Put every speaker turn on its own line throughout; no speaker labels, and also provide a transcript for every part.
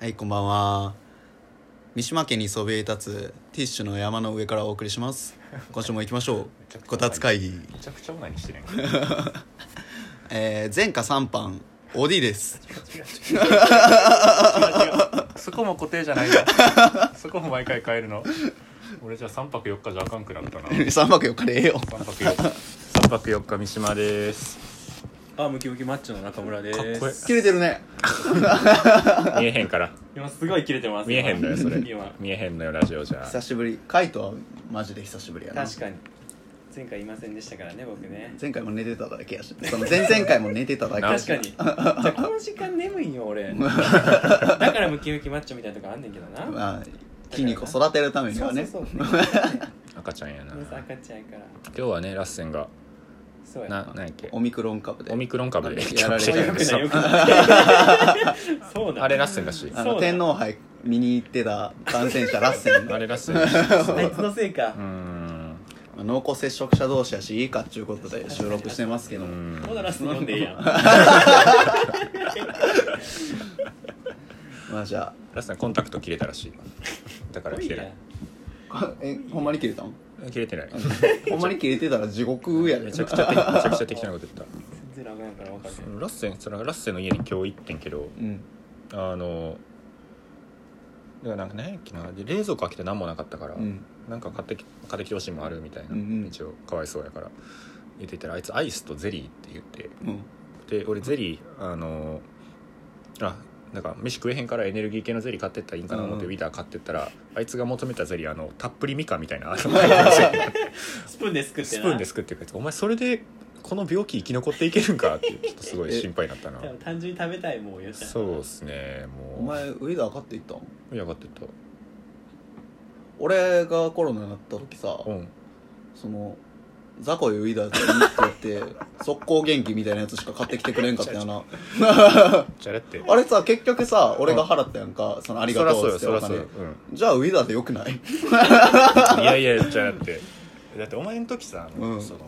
はいこんばんは三島家にそびえ立つティッシュの山の上からお送りします今週も行きましょ
めちゃくち
う
ゃ
こたつ会議、
めちゃくちゃオナニーしてるやん
えー、前科3班 OD です
違う違う違う違う違うそこも固定じゃないよそこも毎回変えるの俺じゃあ3泊4日じゃあかんくなったな3
3泊4日でええよ
泊4日3泊4日三島です
あムキムキマッチョの中村です
かっこえ
切れてるね
見えへんから
今すごい切れてます
見えへんのよそれ
今
見えへんのよラジオじゃ
久しぶりカイトはマジで久しぶりやな
確かに前回いませんでしたからね僕ね
前回も寝てただけやしその前々回も寝てただけや
確
し
かにじゃあこの時間眠いよ 俺だからムキムキマッチョみたいなとこあんねんけどな、
まあ筋肉を育てるために
そ
は
うそう
ね
そうね
赤ちゃんやな
まず
今
赤ちゃんやから
日はねラッセンが
そうや
ななんやっけ
オミクロン株で
オミクロン株で
やられ
そう
て
よ
る
く
んで
な
す
いよ
よ
くないそうだ
あれラッセンだし
あ
そう
の
だ
天皇杯見に行ってた感染者ラッセン
あれラッセンだし
あ いつのせい
う
か
ーん
濃厚接触者同士やしいいかっちゅうことで収録してますけど
うーん
まだラスト読んでいいやん
まあじゃ
ラッセンコンタクト切れたらしいだから切れない
あこ えほんまに切れたん
切れてない
ほんまに切れてたら地獄やで
めちゃくちゃてめちゃくちゃ適当なこと言った
全然ラグやから分かる
そのラッセンそのラッセンの家に今日行ってんけど
うん
あのだからなんか何やっけなで冷蔵庫開けて何もなかったから、
うん
なんか買ってき買ってきてほしいもんあるみたいな、
うんうん
一応かわいそうやから言っていたらあいつアイスとゼリーって言って
うん
で俺ゼリーあのあなんか飯食えへんからエネルギー系のゼリー買ってったらいいんかなと思って
うん
ウィダー買ってったらあいつが求めたゼリーあのたっぷりみかんみたいな
スプーンですくって
ス
な
プーンで作ってくれて「お前それでこの病気生き残っていけるんか?」ってちょっとすごい心配になっ たな
多分単純に食べたいもうよっしゃ
そうですねもう
お前ウィダー買っていったん
いやがってた
俺がコロナになった時さ
うん
そのザコイウィダーって 言って速攻元気みたいなやつしか買ってきてくれんかったよな
じゃあだって
あれさ結局さ俺が払ったやんかそのありがとうっつって
そ
お
らそう
金
よそらそうよ、
じゃあウィダーでよくない
うん、いやいやじゃあだってだってお前の時さ、
うん
その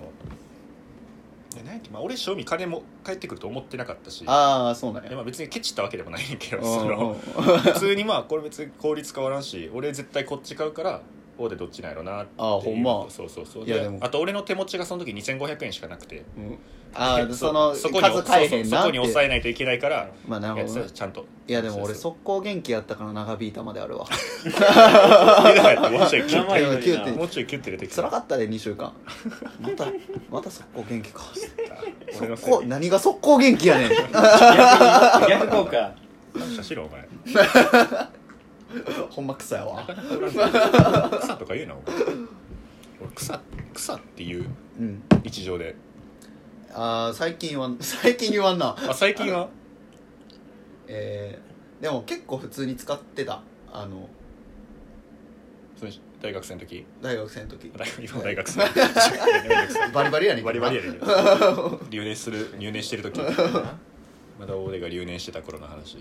いやなんやっけまあ、俺正味金も返ってくると思ってなかったし
ああそうなん
いや
や
まあ、別にケチったわけでもないんやけど
うん
その
うん
普通にまあこれ別に効率変わらんし俺絶対こっち買うから大手どっちなんやろなっていう
あーほんま
そうそうそう
いや
で
でも
あと俺の手持ちがその時2500円しかなくて
うんあ
い
あ
や
その
そ
数
こに
変えへん
そうそうそ
な
こ
っ
に抑
て
えないといけないから
まあな
や
る
っ
ほ
て
ど
た
ね
よちゃんと
いやでも俺
そう
速攻元気やったから長引いたまであるわ
そうそうもうちょいキュッ
生いのに
キュ
な
ッて
もうちょいキュッて出てき
辛
た
かったで2週 間またまた速攻元気か
俺
速
の
攻何が速攻元気やねん
逆に逆効果
感謝しろお前
ほんま草や わ
草とか言うなお前俺草草っていう
うん
日常で、
ああ最近言わん最近言わんな
あ、最近は
えー、でも結構普通に使ってたあの
その大学生の時
大学生の時
大今大 学生めんどくさい
バリバリやねん
バ
け
リ
どな
バリやねんけど 留年する留年してる時まだ大手が留年してた頃の話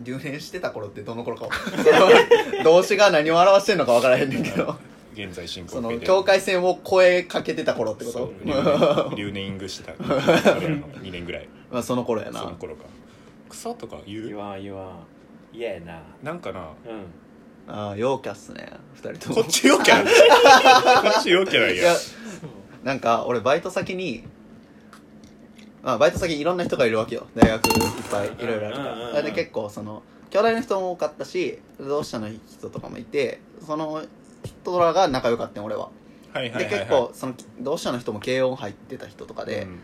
留年してた頃ってどの頃か分から ん動詞が何を表してんのか分からへんねんけ ど
現在進行
その境界線を越えかけてた頃ってこ
そ
と
う留年留年イングしてた2年ぐらい
まあその頃や
その
な
頃か草とか言
言
う
わん言わん嫌やな
なんかな
うん
ああ陽キャっすね二人と
こ
も
っち陽キャこっち陽キャなん
い
や
やなんか俺バイト先にまあバイト先いろんな人がいるわけよ大学いっぱいいろいろあるか
うんうんうん
らで結構その兄弟の人も多かったし同志社の人とかもいてその人らが仲良かったん俺は
はいは
で
いはいはい
結構その同志社の人も軽音入ってた人とかで、
うん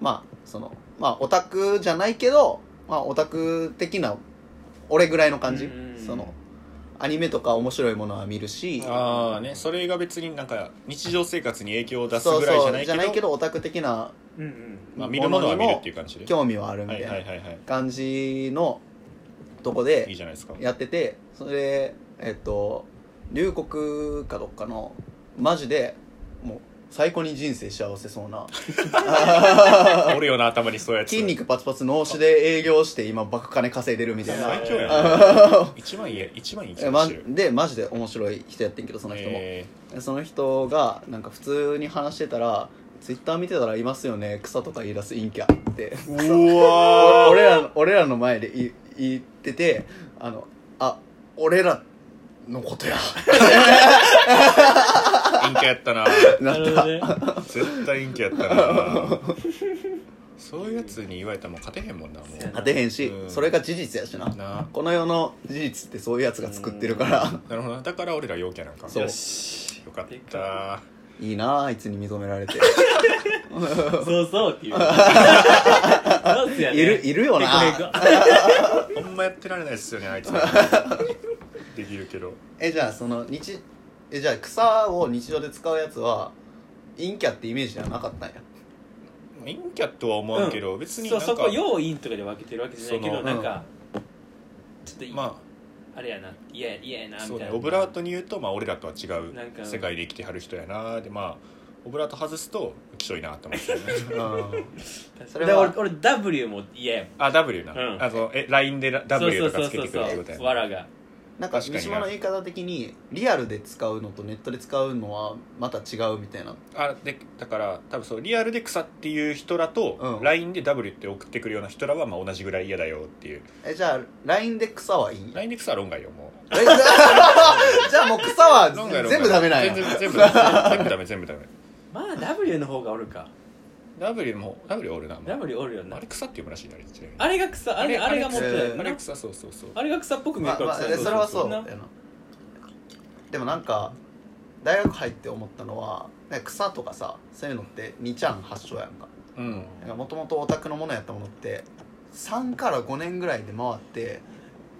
まあそのまあオタクじゃないけどまあオタク的な俺ぐらいの感じ
うんうんうん
そのアニメとか面白いものは見るし
ああねそれが別になんか日常生活に影響を出す
そう
ぐらいじ
そ
ゃな
う
い
じ
け
ゃないけ
ど
どオタク的な
うんうん
まあ見るものは見るっていう感じで
興味はあるみ
は
た
い
い
はい
な
はいはい
感じのとこ
いい
で
じゃないですか
やっててそれでえっと龍谷かどっかのマジでもう最高に人生幸せそう な
おるよな頭にそうやつ
筋肉パツパツ脳死で営業して今バカ金稼いでるみたいな
最強やな一番いい一番いい気
え
が
ま
してる
でマジで面白い人やってんけどその人も、
え
でその人がなんか普通に話してたらツイッター見てたらいますよね草とか言い出す陰キャって
ーうわ
俺らの俺らの前でい言っててあのあ俺らのことや
陰キャやったな
なった
なるほどね
絶対陰キャやったなそういうやつに言われたらもう勝てへんもんなもう
当てへんし、
うん
それが事実やしな
な
この世の事実ってそういうやつが作ってるから、
なるほどなだから俺ら陽キャなんか
そう
よしよかった
いいなああいつに認められて
そうそうっていうそうっす よね
いるいるよな
へこへこ
ほんまやってられないっすよねあいつできるけど
えじゃあその日えじゃあ草を日常で使うやつは陰キャってイメージじゃなかったんや
陰キャとは思わんけど、別に
そ
なん
う
か
そこ要因とかで分けてるわけじゃないけ
そ
ど
の
なんかちょっとい
ま
あれやな嫌や嫌やな
あそ
み
う
たい
ね
な
オブラートに言うと、まあ、俺らとは違
なんか
う世界で生きてはる人やなでまあオブラート外すときしょいなって思ってる
そ
そ
れ
れ
は
俺俺 W も嫌やもん
あ W な、
うん
あそうえ LINE で W とかつけてくるって
そう
こ
そ
と
うそう
や
そうわらが
なんか
確かにな
三島の言い方的にリアルで使うのとネットで使うのはまた違うみたいな
あでだから多分そうリアルで草っていう人らと、
うん
LINE で W って送ってくるような人らはまあ同じぐらい嫌だよっていう
えじゃあ LINE で草はいいんや
LINE で草は論外よも
えじゃあ じゃあもう草は
う論外論外
全部ダメなんや
全部全部ダメ全部ダメ全部ダメ
まあ W の方がおるか
W も W おるなもう
W おるよ
あ
な
れ草って読むらしいなあれちなみに
あれが草あれあれがもっと
あれ
や
あ
な
れ草そうそうそう
あれが草っぽく見え
ま
る
あ
か
ま
ら
あ
草
えそれはそうだ
な
よなでもなんか大学入って思ったのはなんか草とかさそういうのって2ちゃん発祥やんか
うん
もともとオタクのものやったものって3から5年ぐらいで回って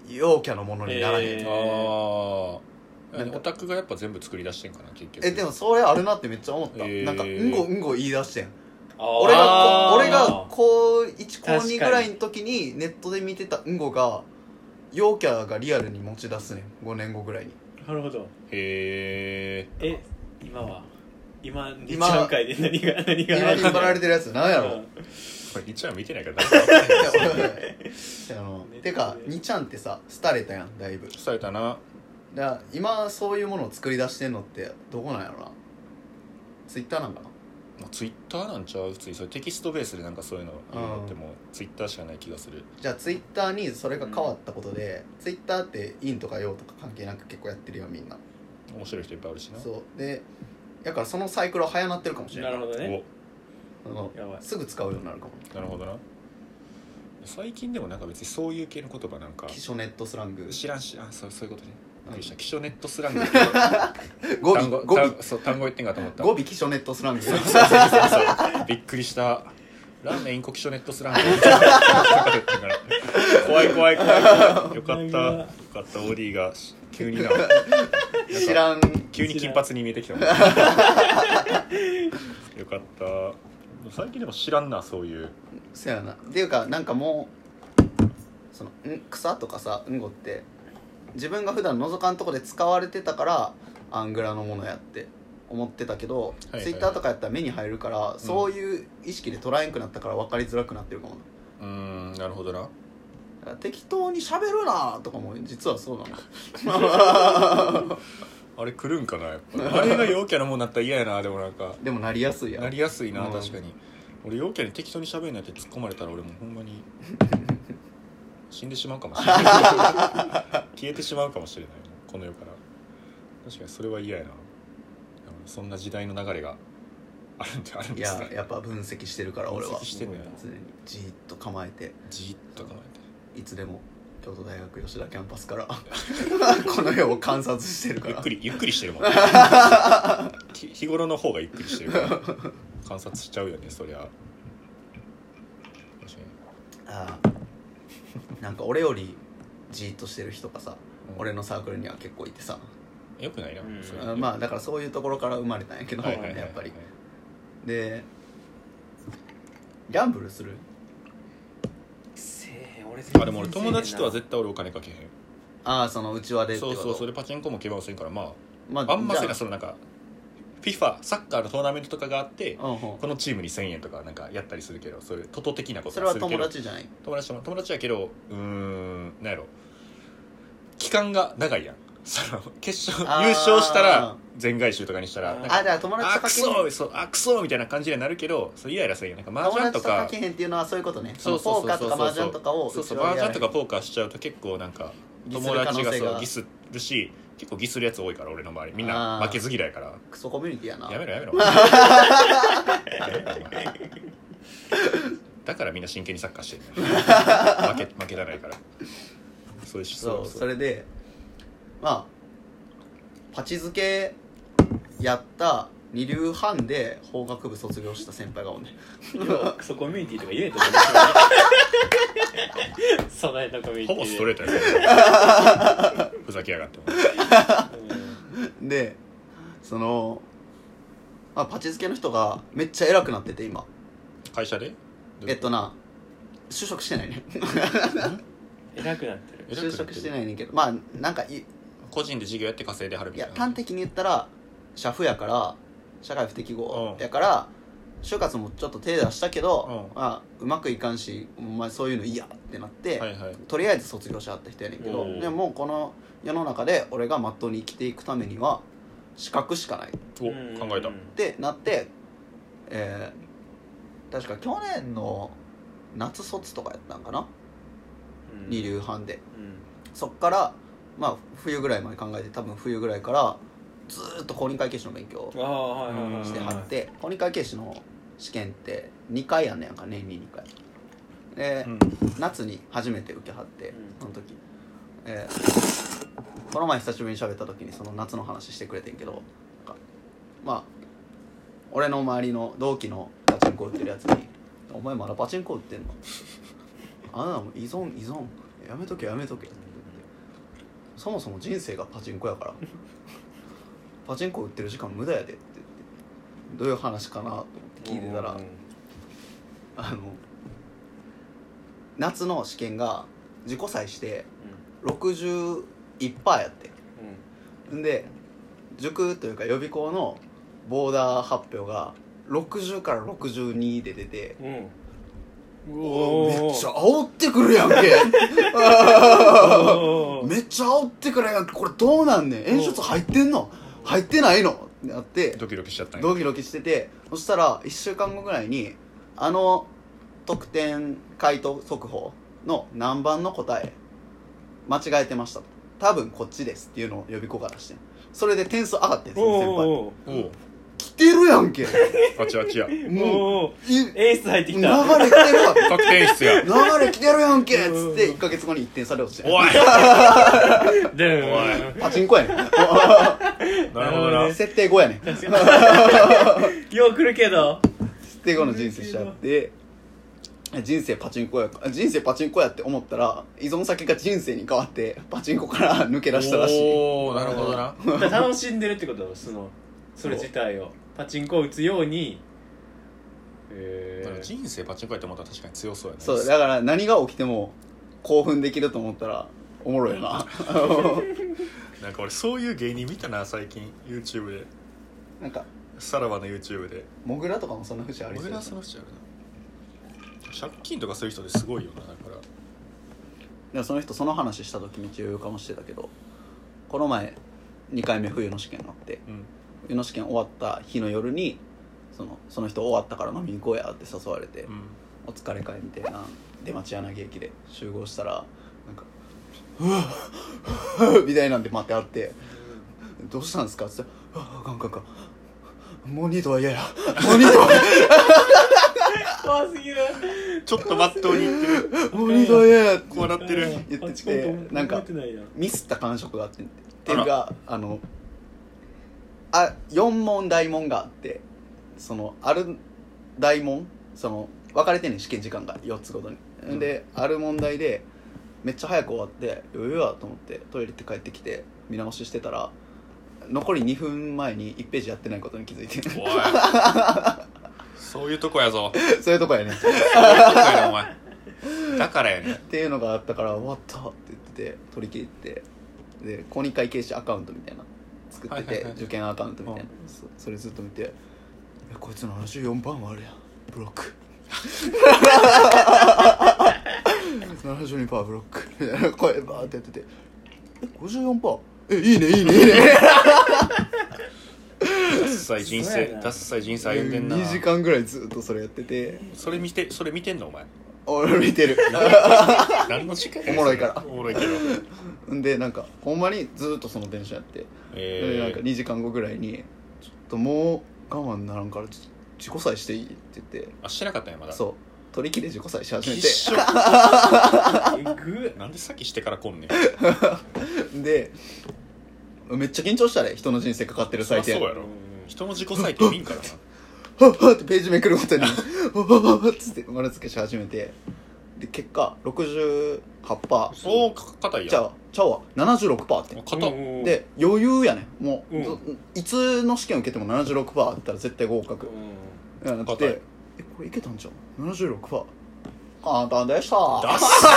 陽キャのものにならへん、
え
え
ー
ああ
なんか
オタクがやっぱ全部作り出してんかな結局
でもそれあるなってめっちゃ思った、
えー
なんかうんごうんご言い出してん
あー
俺が
あ
こ
ー
俺が高1高
確か
2
に
ぐらいの時にネットで見てたうんごが陽キャがリアルに持ち出すねん5年後ぐらいに
なるほど
へえ
え今は今日
今
常会で何が何が
今引っ張られてるやつなんやろ、
これリチャー見てないから大
い
丈
や俺あのてか2ちゃんってさ廃れたやんだいぶ
夫された な
だから今そういうものを作り出してんのってどこなんやろなツイッターなんかな
ツイッターなんちゃう普通にそれテキストベースでなんかそういうの言うのって
うん
もうツイッターしかない気がする
じゃあツイッターにそれが変わったことで、ツイッターって陰とか陽とか関係なく結構やってるよみんな
面白い人いっぱいあるしな
そうでだからそのサイクルは早なってるかもしれな
ないるほどね
あの
やばい
すぐ使うようになるかも
おなるほどな最近でもなんか別にそういう系の言葉なんか
気象ネットスラング
知らんしあそうそういうことねびっ
うん
くりした気象ネットスラング
語尾
単語
語尾
単そう単語言ってんかと思った
語尾気象ネットスラング
びっくりしたラーメンインコキショネットスラング怖い怖い怖いよかったよかったオーディが急にな
知らん
急に金髪に見えてきたもんよかった最近でも知らんなそういう
そやなっていうかなんかもうそのん草とかさうんごって自分が普段覗かんとこで使われてたからアングラのものやって思ってたけど、
いはい
ツイッターとかやったら目に入るから、そういう意識で捉えんくなったから分かりづらくなってるかもな
うーんなるほどな
だから適当に喋るなとかも実はそうなの
あれ来るんかなやっぱあれが陽キャなもんなったら嫌やなでもなんか
でもなりやすいやん
なりやすいな、
うん
確かに俺陽キャに適当に喋んないって突っ込まれたら俺もうほん まに死んでしまうかもしれない 消えてしまうかもしれないこの世から確かにそれは嫌やなでもそんな時代の流れがあるんであるん
い
です
や
ね
やっぱ分析してるから俺は
分析してんのよ
常にじーっと構えて
じーっと構
いつでも京都大学吉田キャンパスから この世を観察してるか
えてゆっ
ら
くりゆっくりしてるもんき日頃の方がゆっくりしてるから観察しちゃうよねそりゃ確かに
ああなんか俺よりじーっとしてる人がさ俺のサークルには結構いてさ、
よくないな、
うん
それ
あまあだからそういうところから生まれたんやけど、
はいはいはいはい
やっぱりでギャンブルする
せえ俺
あでも俺友達とは絶対俺お金かけへん
ああそのうちわでって
そ
こ
う
と
そうそれパチンコも競馬もせんからま
ま
ああんません
じゃ
なそのなんか FIFA サッカーのトーナメントとかがあって
あうんうん
このチームに1000円とかなんかやったりするけどそういうトト的なこと
それは
するけ
友
ど
達じゃない
友達も友達やけどうーんなんやろ期間が長いやんその決勝
あー
優勝したら全外周とかにしたら
あー
なんか
あじゃあ友達
あ
と
ク
かけへん
ソそうあクソみたいな感じになるけどそうイライラせんやんなんか麻
友
雀
達
と
と
か
かけへんっていうのはそういうことねそ
そう
の
そう
ポー
そう
カー
そう
とか麻雀とかを
そうそう
うちわ
麻
でや
雀
る
とかポーカーしちゃうと結構なんか
ギス
友
る可
達
能
が
性
そう
が
ギスるし結構ギスるやつ多いから俺の周りみんな
あー
負けず嫌いから
クソコミュニティやな
やめろやめ ろやめろお前だからみんな真剣にサッカーしてる 負け負けられないからそういう
そうそ
れ
れでまあパチ漬けやった二流半で法学部卒業した先輩がおんねん
よクソコミュニティとか言えとそないのコミュニテ
ほ
ィ
ぼストレートやけどふざけやがって
でその、まあ、パチ漬けの人がめっちゃ偉くなってて今
会社で
えっとな就職してないね
偉くなってる
偉くなってる
就職してないねんけどまあなんかい
個人で事業やって稼いではる
い
みた
や
いな
端的に言ったら社夫やから社会不適合やから就活もちょっと手出したけど、
うん
まあ、うまくいかんしお前そういうのいいやってなって、
はいはい
とりあえず卒業しはった人やねんけ
お
ど
ー
でもこの世の中で俺がまっとうに生きていくためには資格しかないっ
お
うん
考えた
てなって、えー確か去年の夏卒とかやったんかな、
うん
二流半で
うん
そっからまあ冬ぐらいまで考えて多分冬ぐらいからずーっと公認会計士の勉強を
ああはいはいはい
してはって公認会計士の試験って2回やんねやんか年に2回で、
うん
夏に初めて受けはって、
ん
その時、えーこの前久しぶりに喋った時にその夏の話してくれてんけどなんかまあ俺の周りの同期のパチンコ売ってるやつに「お前まだパチンコ売ってんの あなたも依存依存やめとけやめとけ」そもそも人生がパチンコやからパチンコ売ってる時間無駄やで」って言ってどういう話かなと思って聞いてたら
うん
あの夏の試験が自己採して61%やってんで塾というか予備校のボーダー発表が60から62で出て
うんうんうん
おーめっちゃ
ゃ
煽ってくるやんけ
め
めっちゃ煽ってくるやんけこれどうなんねん演出入ってんの入ってないのってなって
ドキドキしちゃったんや
ドキドキしててそしたら1週間後ぐらいにあの得点回答速報の何番の答え間違えてましたと多分こっちですっていうのを呼び校からしてそれで点数上がってんすよ先輩
おー
おう
来てるやんけ
あちあちや
も
もう
い
エース入っ
流れ来て
てき
る
た
わ
確定演出や
流れ来てるやんけっ
う
つ
ん
って1ヶ月後に1点差で落ちて
おい
で
おい
パチンコ やねん
なるほどな
ね
設定後やねん
よう来るけど
設定後の人生しちゃって人生パチンコや人生パチンコやって思ったら依存先が人生に変わってパチンコから抜け出したらしい
おおなるほどな
だから楽しんでるってことそのそれ自体をパチンコを打つようにへ
なんか
え
人生パチンコやって思ったら確かに強そうやね
そうだから何が起きても興奮できると思ったらおもろいな
なんか俺そういう芸人見たな最近 YouTube で
なんか
さらばの YouTube で
モグラとかもそんな節ありそう
俺
や
ら
な
その人やるな借金とかする人ですごいよなだから
でもその人その話した時に中華もしてたけどこの前2回目冬の試験があって
うん
冬の試験終わった日の夜にそのその人終わったから飲みに行こうやって誘われて、
うん
お疲れ会みたいな出町柳駅で集合したらなんか「うわっうわっみたいなんで待ってあって「どうしたんですか?」って言ったらうわ「あかんあかんあかんもう二度は嫌やもう二度は
怖すぎる
ちょっとまっとうに言ってる
嫌やもう二度は嫌や」って
こうなってる
言ってきてなんかミスった感触があってんてっていうかあのあ4問大問があってそのある大問その分かれてんねん試験時間が4つごとに、
うん
である問題でめっちゃ早く終わって余裕やと思ってトイレ行って帰ってきて見直ししてたら残り2分前に1ページやってないことに気づいて
おいそういうとこや ぞ
そういうとこやねんっ
そういうとこやなお前だからやねん
ていうのがあったから終わったって言ってて取り切ってで公認会計士アカウントみたいな作ってて、
はいはいはい
受験アカウントみたいな、
うん
そそれずっと見てえこいつの74番はあるやんブロック 72パーブロック みたいなこれバーってやっててえ54パーえいいねいいねいいね
ダッサい人
そうや
生
な
ダッサい人生歩んでんな
2時間ぐらいずっとそれやってて
それ見てそれ見てんのお前
あ俺見て る
何の時間
おもろいから
おもろいけど
んでなんかほんまにずっとその電車やって、でなん
え
か
ー
2時間後ぐらいに「ちょっともう我慢ならんからちょっと自己採していい?」って言って
あしてなかったんやまだ
そう取り切れ自己採し始め
き
て
っ しょ
えぐ
なんでさっきしてから来 んねん
でめっちゃ緊張したね人の人生かかってる採点
そりゃそうやろ人の自己採点見ん からな
はっはっってページめくるごとに「はっはっはっ」つって丸付けし始めてで結果68パー
そうか硬いや
ちゃうわちゃうわ76パーって
硬っ
で余裕やねんもう、
うん
どいつの試験受けても76パーあったら絶対合格なっ
高い
てえこれいけたんじゃん76パー簡単でした
ダ ッサ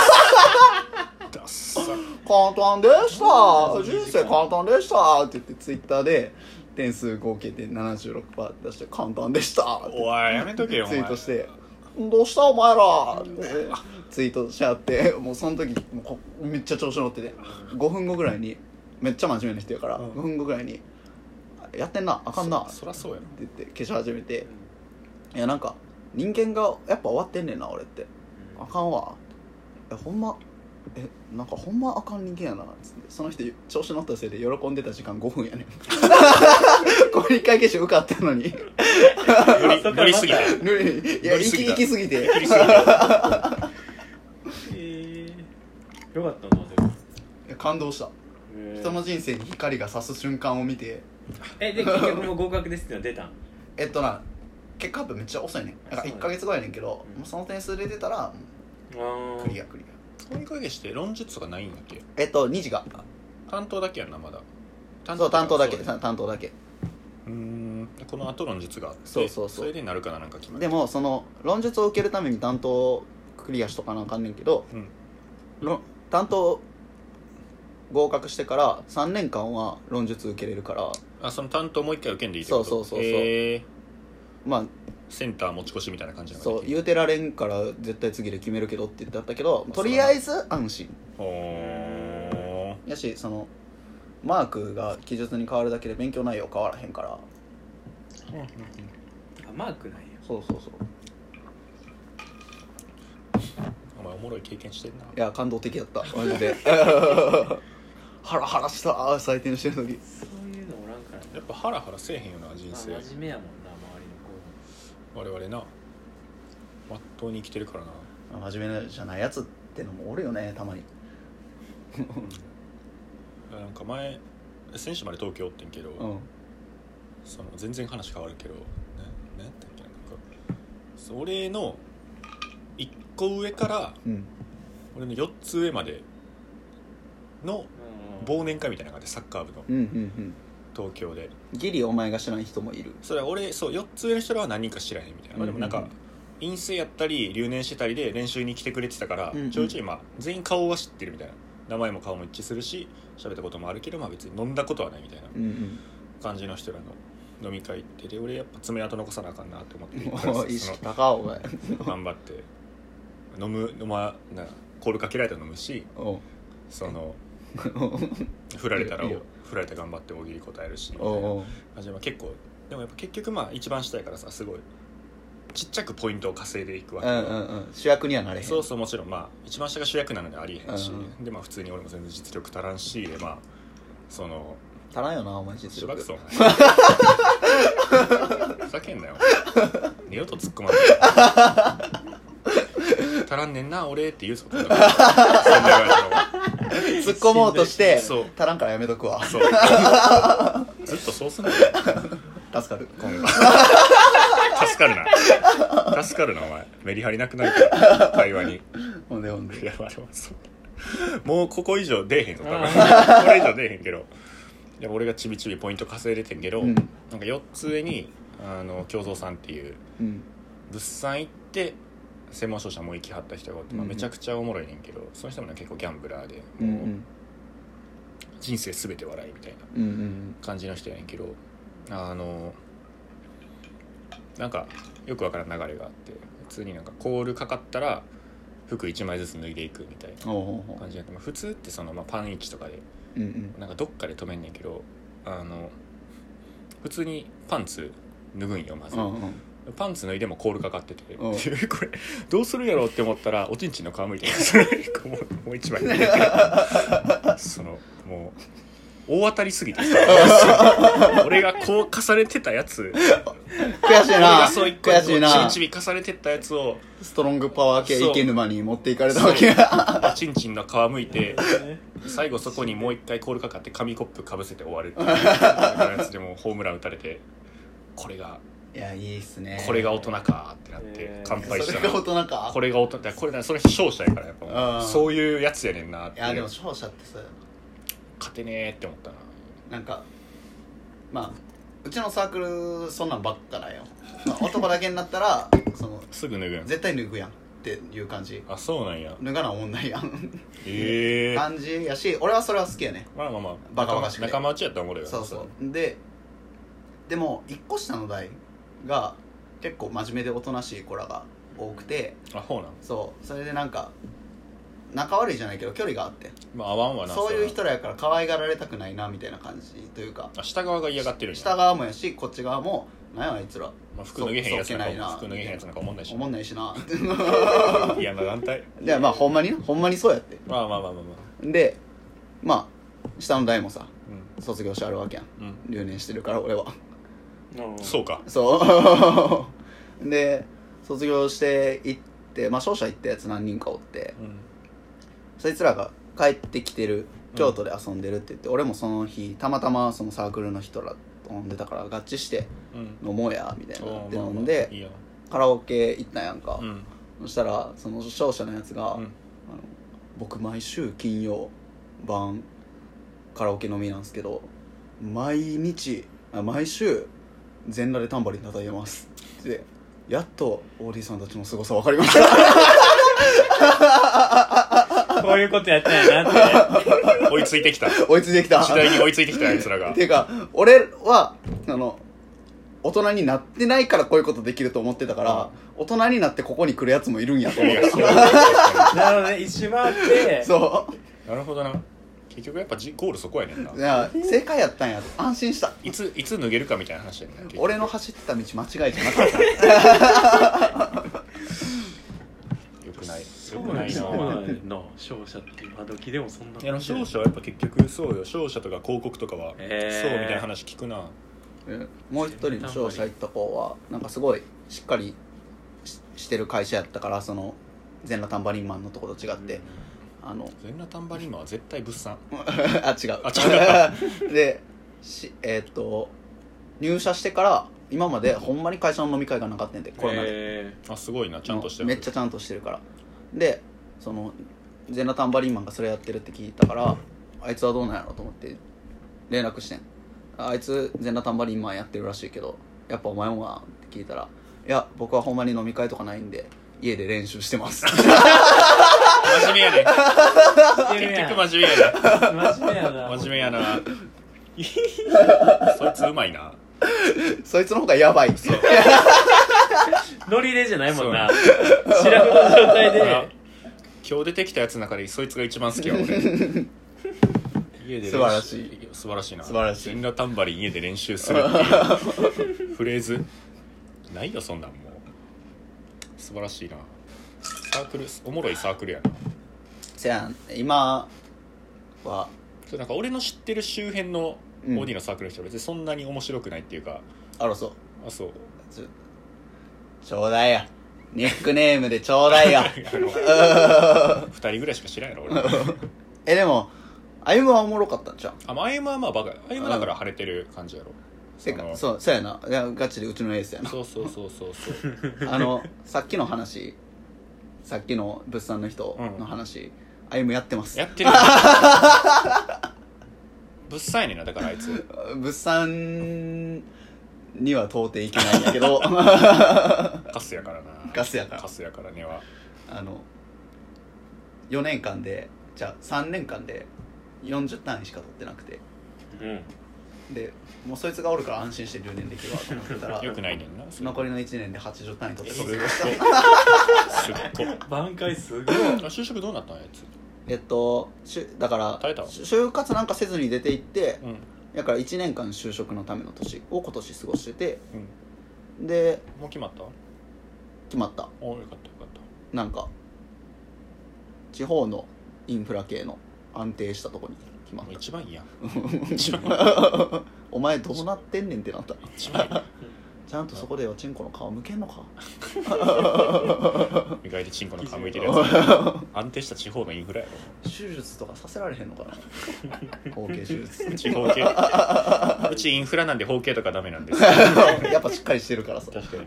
ダッサ
簡単でした
うん
人生簡単でしたって言ってツイッターで点数合計で76パー出して簡単でしたって
おいやめとけよお
ツイ
前
ートして「どうしたお前ら」ってツイートし合ってもうその時もうこめっちゃ調子乗ってて5分後ぐらいにめっちゃ真面目な人やから
うん
5分後ぐらいに「やってんなあかんな」って
そそらそうやろ
言って消し始めて「いやなんか人間がやっぱ終わってんねんな俺ってあかんわ」えほんまえなんかほんまあかん人間やな」つってその人調子乗ったせいで喜んでた時間5分やねん これ一回消し受かったのに
無理無理すぎた
ぬいや
乗
行
りす
き
ぎた
行きすぎて
無理すぎた
えーよかったなでも
いや感動した
えー
人の人生に光が差す瞬間を見て
えで結局もう合格ですってのは出たん
えっとな結果発表めっちゃ遅いねんだから1か月後やねんけど
うん
もうその点数で出たらもうクリアクリ
追いかけして論述とかないんだっけ
アえっと2時が
担当だけやんなまだ
そう担当だけ
そう
さ担当だけ
うーんこの後論述があって
そうそうそう
れでなるかななんか決まる
でもその論述を受けるために担当をクリアしとかなあかんねんけど
うん
ろ担当合格してから3年間は論述受けれるから
あその担当もう一回受けんでいいってこと
そうそうそうそう
へー
まあ
センター持ち越しみたいな感じなの
そう言
う
うてられんから絶対次で決めるけどって言ってあったけどとりあえず安心
ほ
やしそのマークが記述に変わるだけで勉強内容変わらへんから
ー
あマークなんや
そうそうそう
お前おもろい経験してんない
や感動的だったマジ でハラハラした採点してる時
そういうのおらんからな
やっぱハラハラせえへんよな人
まあ
生
真面目やもんな周りの
我々なまっとうに生きてるからな
真面目じゃないやつってのもおるよねたまに
なんか前選手まで東京おってんけど、
うん
その全然話変わるけどななんやったっけななんかそれの1個上から
うん
俺の4つ上までの
子
忘年会みたいなのがあってサッカー部の
うんうん
東京で
ギリお前が知らん人もいる
それは俺そう4つ上の人らは何人か知らへんみたいな、まあでもなん
うん
か
うん
陰性やったり留年してたりで練習に来てくれてたから、
うんうん
ちょいちょいまあ全員顔は知ってるみたいな名前も顔も一致するし喋ったこともあるけど、まあ、別に飲んだことはないみたいな
うん
感じの人らの飲み会行ってで俺やっぱ爪痕残さなあかんなって 思って
うん
行ったら
も
さ
う意識
そ
高っお前
の頑張って飲む飲まなコールかけられたら飲むし
おう
その
おう
振られたら
いいよ
振られたら頑張って大喜利答えるしみたいな
おう
感じでまあ結構でもやっぱ結局まあ一番下やからさすごいちっちゃくポイントを稼いでいくわ
う
け
ん
よ、
うんうん主役にはなれへん
そうそうもちろんまあ一番下が主役なのでありえへんし、
うん
でまあ普通に俺も全然実力足らんしまあその
足らんよなお前実
しば
力
くそうふざけんなよ二度と突っ込まない足らんねんな俺って言うぞそんな言われたら
突っ込もうとして
そう
足らんからやめとくわ
そうずっとそうすんの
助かる
今 後助かるな助かるなお前メリハリなくなるから会話に
ほんでほんで
いやまあでもそうもうここ以上出えへんぞ多分これ以上出えへんけどいや俺がちびちびポイント稼いでてんけど、
うん
なんか4つ上にあの京三さんっていう
うん
物産行って専門商社もう行きはった人がおって、まあ、
うんうん
めちゃくちゃおもろいねんけど、その人もね結構ギャンブラーで、
うんう
もうん人生全て笑いみたいな
うんうん
感じの人やねんけどあのなんかよくわからん流れがあって普通になんかコールかかったら服1枚ずつ脱いでいくみたいな
おうおうおう
感じやってまあ普通ってその、まあ、パン市とかで
うんうん
なんかどっかで止めんねんけどあの普通にパンツ脱ぐんよまず、
うんうん
パンツ脱いでもコールかかってて、
うん
これどうするやろうって思ったらおちんちんの皮む いてますもうもう一枚そのもう大当たりすぎてさ 俺がこう重ねてたやつ
悔しい
俺
な
がそう一個
悔
一
しい
個ち
なん
ちび重ねてったやつを
ストロングパワー系
そう
池沼に持っていかれたわけや
そうおちんちんの皮むいて
ね
最後そこにもう一回コールかかって紙コップかぶせて終わるっていうやつでもうホームラン打たれてこれが
いやいいっすね
これが大人かってなって
えー
乾
そ
杯し
れ
た
が大
ら
人か
これが大人だこれだそれ勝者やからやっぱ
うん
そういうやつやねんなっ
い
て
やでも
勝
勝者ってさ
てねーって思ったな
なんかまあうちのサークルそんなんばっかだよ、ま あ、男だけになったらその
すぐ脱ぐん
絶対脱ぐやんっていう感じ
あそうなんや
脱がな女ないやん
ええ
感じやし俺はそれは好きやね
まあまあまあ
バカバカしくて
仲間内やったらおもろいよ
そうそうででも1個下の代が結構真面目でおとなしい子らが多くて
あほうなん
そうそれでなんか仲悪いじゃないけど距離があって
まあ合わんわな
そういう
れは
人らやから可愛がられたくないなみたいな感じというか
あ下側が嫌がってるんや
下側もやしこっち側も「なんやあいつら
まあ服脱げへんやつなんか
そう
も服脱げへんやつなんかおもんないし
おもんないしな」
嫌な団体
でまあほんまになほんまにそうやって
まあまあまあまあまあ
でまあ下の代もさ
う
卒業してあるわけやん
んうん
留年してるから俺は
そうか
そう で卒業して行ってまあ商社行ったやつ何人かおって
うん
そいつらが帰ってきてる京都で遊んでるって言って、俺もその日たまたまそのサークルの人らと飲んでたから合致して
うん
飲もうやみたいになって飲ん
おーまあまあ
で
いいよ
カラオケ行ったんやんか、
うん
そしたらその商社のやつが、
うん
あの僕毎週金曜晩カラオケ飲みなんですけど毎日あ毎週全裸でタンバリン叩いてますでやっと OD さんたちの凄さ分かりました
こういうことやったんや なって
追いついてきた時
追いついてきた
代に追いついてきたやつらが
ていうか俺はあの大人になってないからこういうことできると思ってたから、大人になってここに来るやつもいるんやと
い
思 っ
やそう
なるほどね一周回って
てそ
なるほどな結局やっぱじゴールそこやねんな
ういや正解やったんや安心した
いついつ脱げるかみたいな話やねんな結局
俺の走ってた道間違いじゃなかった
よくないよ
そう
く
な
なんい
や
な
そうなんやな勝者って今時でもそんない
やでも商社はやっぱ結局そうよ商社とか広告とかは、
へー
そうみたいな話聞くな
うんもう一人の商社行った子はなんかすごいしっかりししてる会社やったからその全裸タンバリンマンのとこと違って、あの
全裸タンバリンマンは絶対物産
あ違う
あ 違
でしえーっと入社してから今までほんまに会社の飲み会がなかったんでコロナで、
え
あすごいなちゃんとしてる
めっちゃちゃんとしてるからでその全裸タンバリンマンがそれやってるって聞いたからあいつはどうなんやろうと思って連絡してんああいつ全裸タンバリンマンやってるらしいけどやっぱお前もなって聞いたらいや僕はほんまに飲み会とかないんで家で練習してます
真面目やね
ー、
結
結
局真面目やね
真面目やな
真面目や なそいつうまいな
そいつの方がやばいそう
ノリでじゃないもんなシラフの状態
あ
で
今日出てきたやつの中でそいつが一番 好きや俺家で練習
素晴らしい
素晴らしいな
素晴らしい
全裸タンバリン家で練習するってい うフレーズないよそんなんもう素晴らしいなサークルおもろいサークルやな
せやん今は
そうなんか俺の知ってる周辺の
うん
OD のサークルの人は別にそんなに面白くないっていうか、
あらそう
あそう
ちょちょうだいやニックネームでちょうだい や
2人ぐらいしか知らんやろ俺
えでも歩はおもろかったんじゃん
あまあ歩はまあバカや歩だから晴れてる感じやろ
てかそう
そ
そうやないやガチでうちのエースやな
のそうそうそうそうそう
あのさっきの話さっきの物産の人の話、あゆむやってます
や ってるぶっさいねんなだからあいつ
物産には到底いけないんだけ ど
カスやからな
ガスやから
カスやからねは
あの4年間でじゃあ3年間で40単位しか取ってなくて
うん
でもうそいつがおるから安心して留年できるわと思ってたら
よくないねんなそれ
残りの1年で80単位取って
すっ
卒
ごい
業
すっごい
挽回すごい
あ就職どうなったんあいつ
えっとしゅだから
耐えた
し就活なんかせずに出て行って
うん
だから1年間就職のための年を今年過ごしてて
うん
で
もう決まった
決まった
およかったよかった
なんか地方のインフラ系の安定したとこに決まっ
もう
た
一番いいやん
お前どうなってんねんってなった
一番いいや
ちゃんとそこでおちんこの皮むけんのか
ん意外とチンコの皮むいてるやつ安定した地方のインフラや
手術とかさせられへんのかな包茎手術
ろ地方系うちインフラなんで包茎とかダメなんです
やっぱしっかりしてるからさ
確かに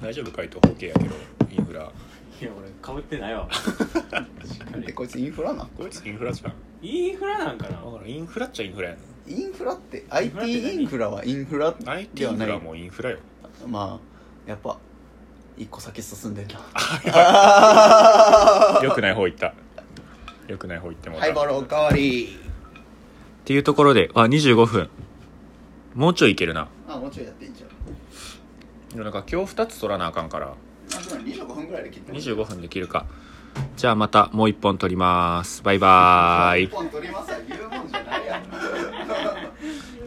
大丈夫かいと包茎やけどインフラ
いや俺かぶって ないわ確か
え
に
こいつインフラな
こいつインフラじゃん
インフラなんかな
だからインフラっちゃインフラやん
インフラって
インフラって
IT
何
インフラはインフラ
IT
で
イ
は
ン
な
フ
い
ラもインフラよ
まあやっぱ一個先進んでんな
よくない方行ったよくない方行ってもうた
ハイボールおかわり
っていうところであ25分もうちょいいけるな
あもうちょいやっていいんじゃん
でもなんか今日2つ取らなあかんから
あでも25分ぐらいで切って
25分できるかじゃあまたもう1本取りますバイバーイ
本取ります